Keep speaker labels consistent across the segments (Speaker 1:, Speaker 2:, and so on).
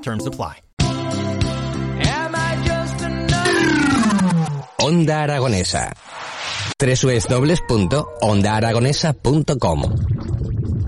Speaker 1: Terms apply.
Speaker 2: Onda Aragonesa. www.ondaaragonesa.com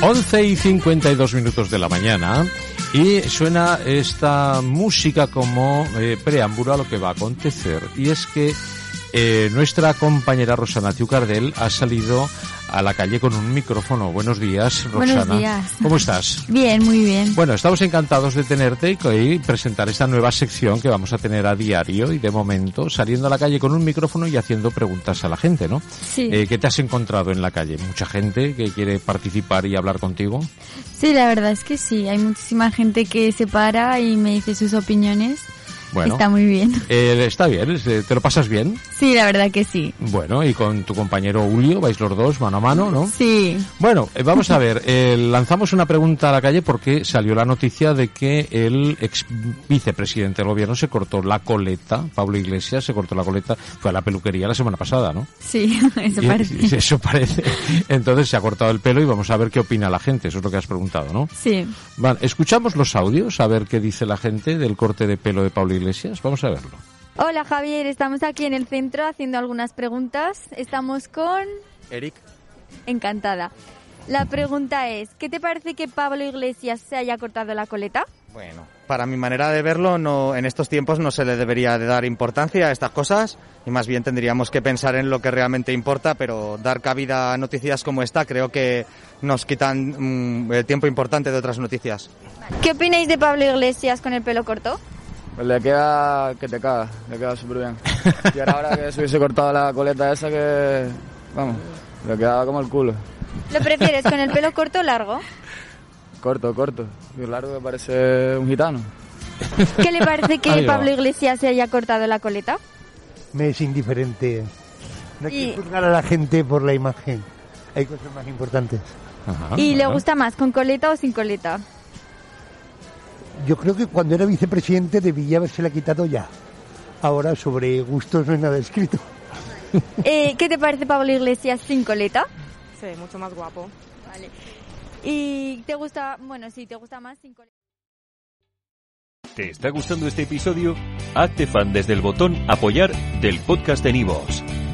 Speaker 3: Once y 52 minutos de la mañana y suena esta música como eh, preámbulo a lo que va a acontecer y es que eh, nuestra compañera Rosana Tiucardel ha salido a la calle con un micrófono. Buenos días,
Speaker 4: Buenos
Speaker 3: Rosana.
Speaker 4: días.
Speaker 3: ¿Cómo estás?
Speaker 4: Bien, muy bien.
Speaker 3: Bueno, estamos encantados de tenerte y co- y presentar esta nueva sección que vamos a tener a diario y de momento saliendo a la calle con un micrófono y haciendo preguntas a la gente, ¿no?
Speaker 4: Sí.
Speaker 3: Eh, ¿Qué te has encontrado en la calle? ¿Mucha gente que quiere participar y hablar contigo?
Speaker 4: Sí, la verdad es que sí. Hay muchísima gente que se para y me dice sus opiniones.
Speaker 3: Bueno.
Speaker 4: Está muy bien.
Speaker 3: Eh, está bien, eh, ¿te lo pasas bien?
Speaker 4: Sí, la verdad que sí.
Speaker 3: Bueno, y con tu compañero Julio vais los dos mano a mano, ¿no?
Speaker 4: Sí.
Speaker 3: Bueno, eh, vamos a ver, eh, lanzamos una pregunta a la calle porque salió la noticia de que el ex vicepresidente del gobierno se cortó la coleta, Pablo Iglesias se cortó la coleta, fue a la peluquería la semana pasada, ¿no?
Speaker 4: Sí, eso
Speaker 3: Y- y
Speaker 4: parece.
Speaker 3: eso parece. Entonces se ha cortado el pelo y vamos a ver qué opina la gente, eso es lo que has preguntado, ¿no?
Speaker 4: Sí.
Speaker 3: Vale, escuchamos los audios a ver qué dice la gente del corte de pelo de Pablo Iglesias, vamos a verlo.
Speaker 5: Hola Javier, estamos aquí en el centro haciendo algunas preguntas. Estamos con...
Speaker 6: Eric,
Speaker 5: Encantada. La pregunta es, ¿qué te parece que Pablo Iglesias se haya cortado la coleta?
Speaker 6: bueno, para mi manera de verlo, no, en estos tiempos no se le debería de dar importancia a estas cosas y más bien tendríamos que pensar en lo que realmente importa, pero dar cabida a noticias como esta creo que nos quitan mm, el tiempo importante de otras noticias.
Speaker 5: ¿Qué opináis de Pablo Iglesias con el pelo corto?
Speaker 7: Pues Le queda que te caga, le queda súper bien. Y ahora, ahora que se hubiese cortado la coleta esa que, vamos, le quedaba como el culo.
Speaker 5: ¿Lo prefieres con el pelo corto o largo?
Speaker 7: Corto, corto. Y largo que parece un gitano.
Speaker 5: ¿Qué le parece que
Speaker 3: Ahí va.
Speaker 5: Pablo Iglesias se haya cortado la coleta?
Speaker 8: me es indiferente. No hay
Speaker 5: Y-
Speaker 8: que juzgar a la gente por la imagen. Hay cosas más importantes.
Speaker 3: Ajá,
Speaker 5: ¿Y le
Speaker 3: Ah, bueno.
Speaker 5: gusta más con coleta o sin coleta?
Speaker 8: Yo creo que cuando era vicepresidente debía habérsela quitado ya. Ahora sobre gustos no hay nada escrito.
Speaker 5: Eh, ¿Qué te parece Pablo Iglesias sin coleta?
Speaker 9: Se ve mucho más guapo.
Speaker 5: Vale. ¿Y te gusta, bueno, sí, te gusta más sin coleta?
Speaker 10: ¿Te está gustando este episodio? Hazte fan desde el botón Apoyar del podcast de Nivos.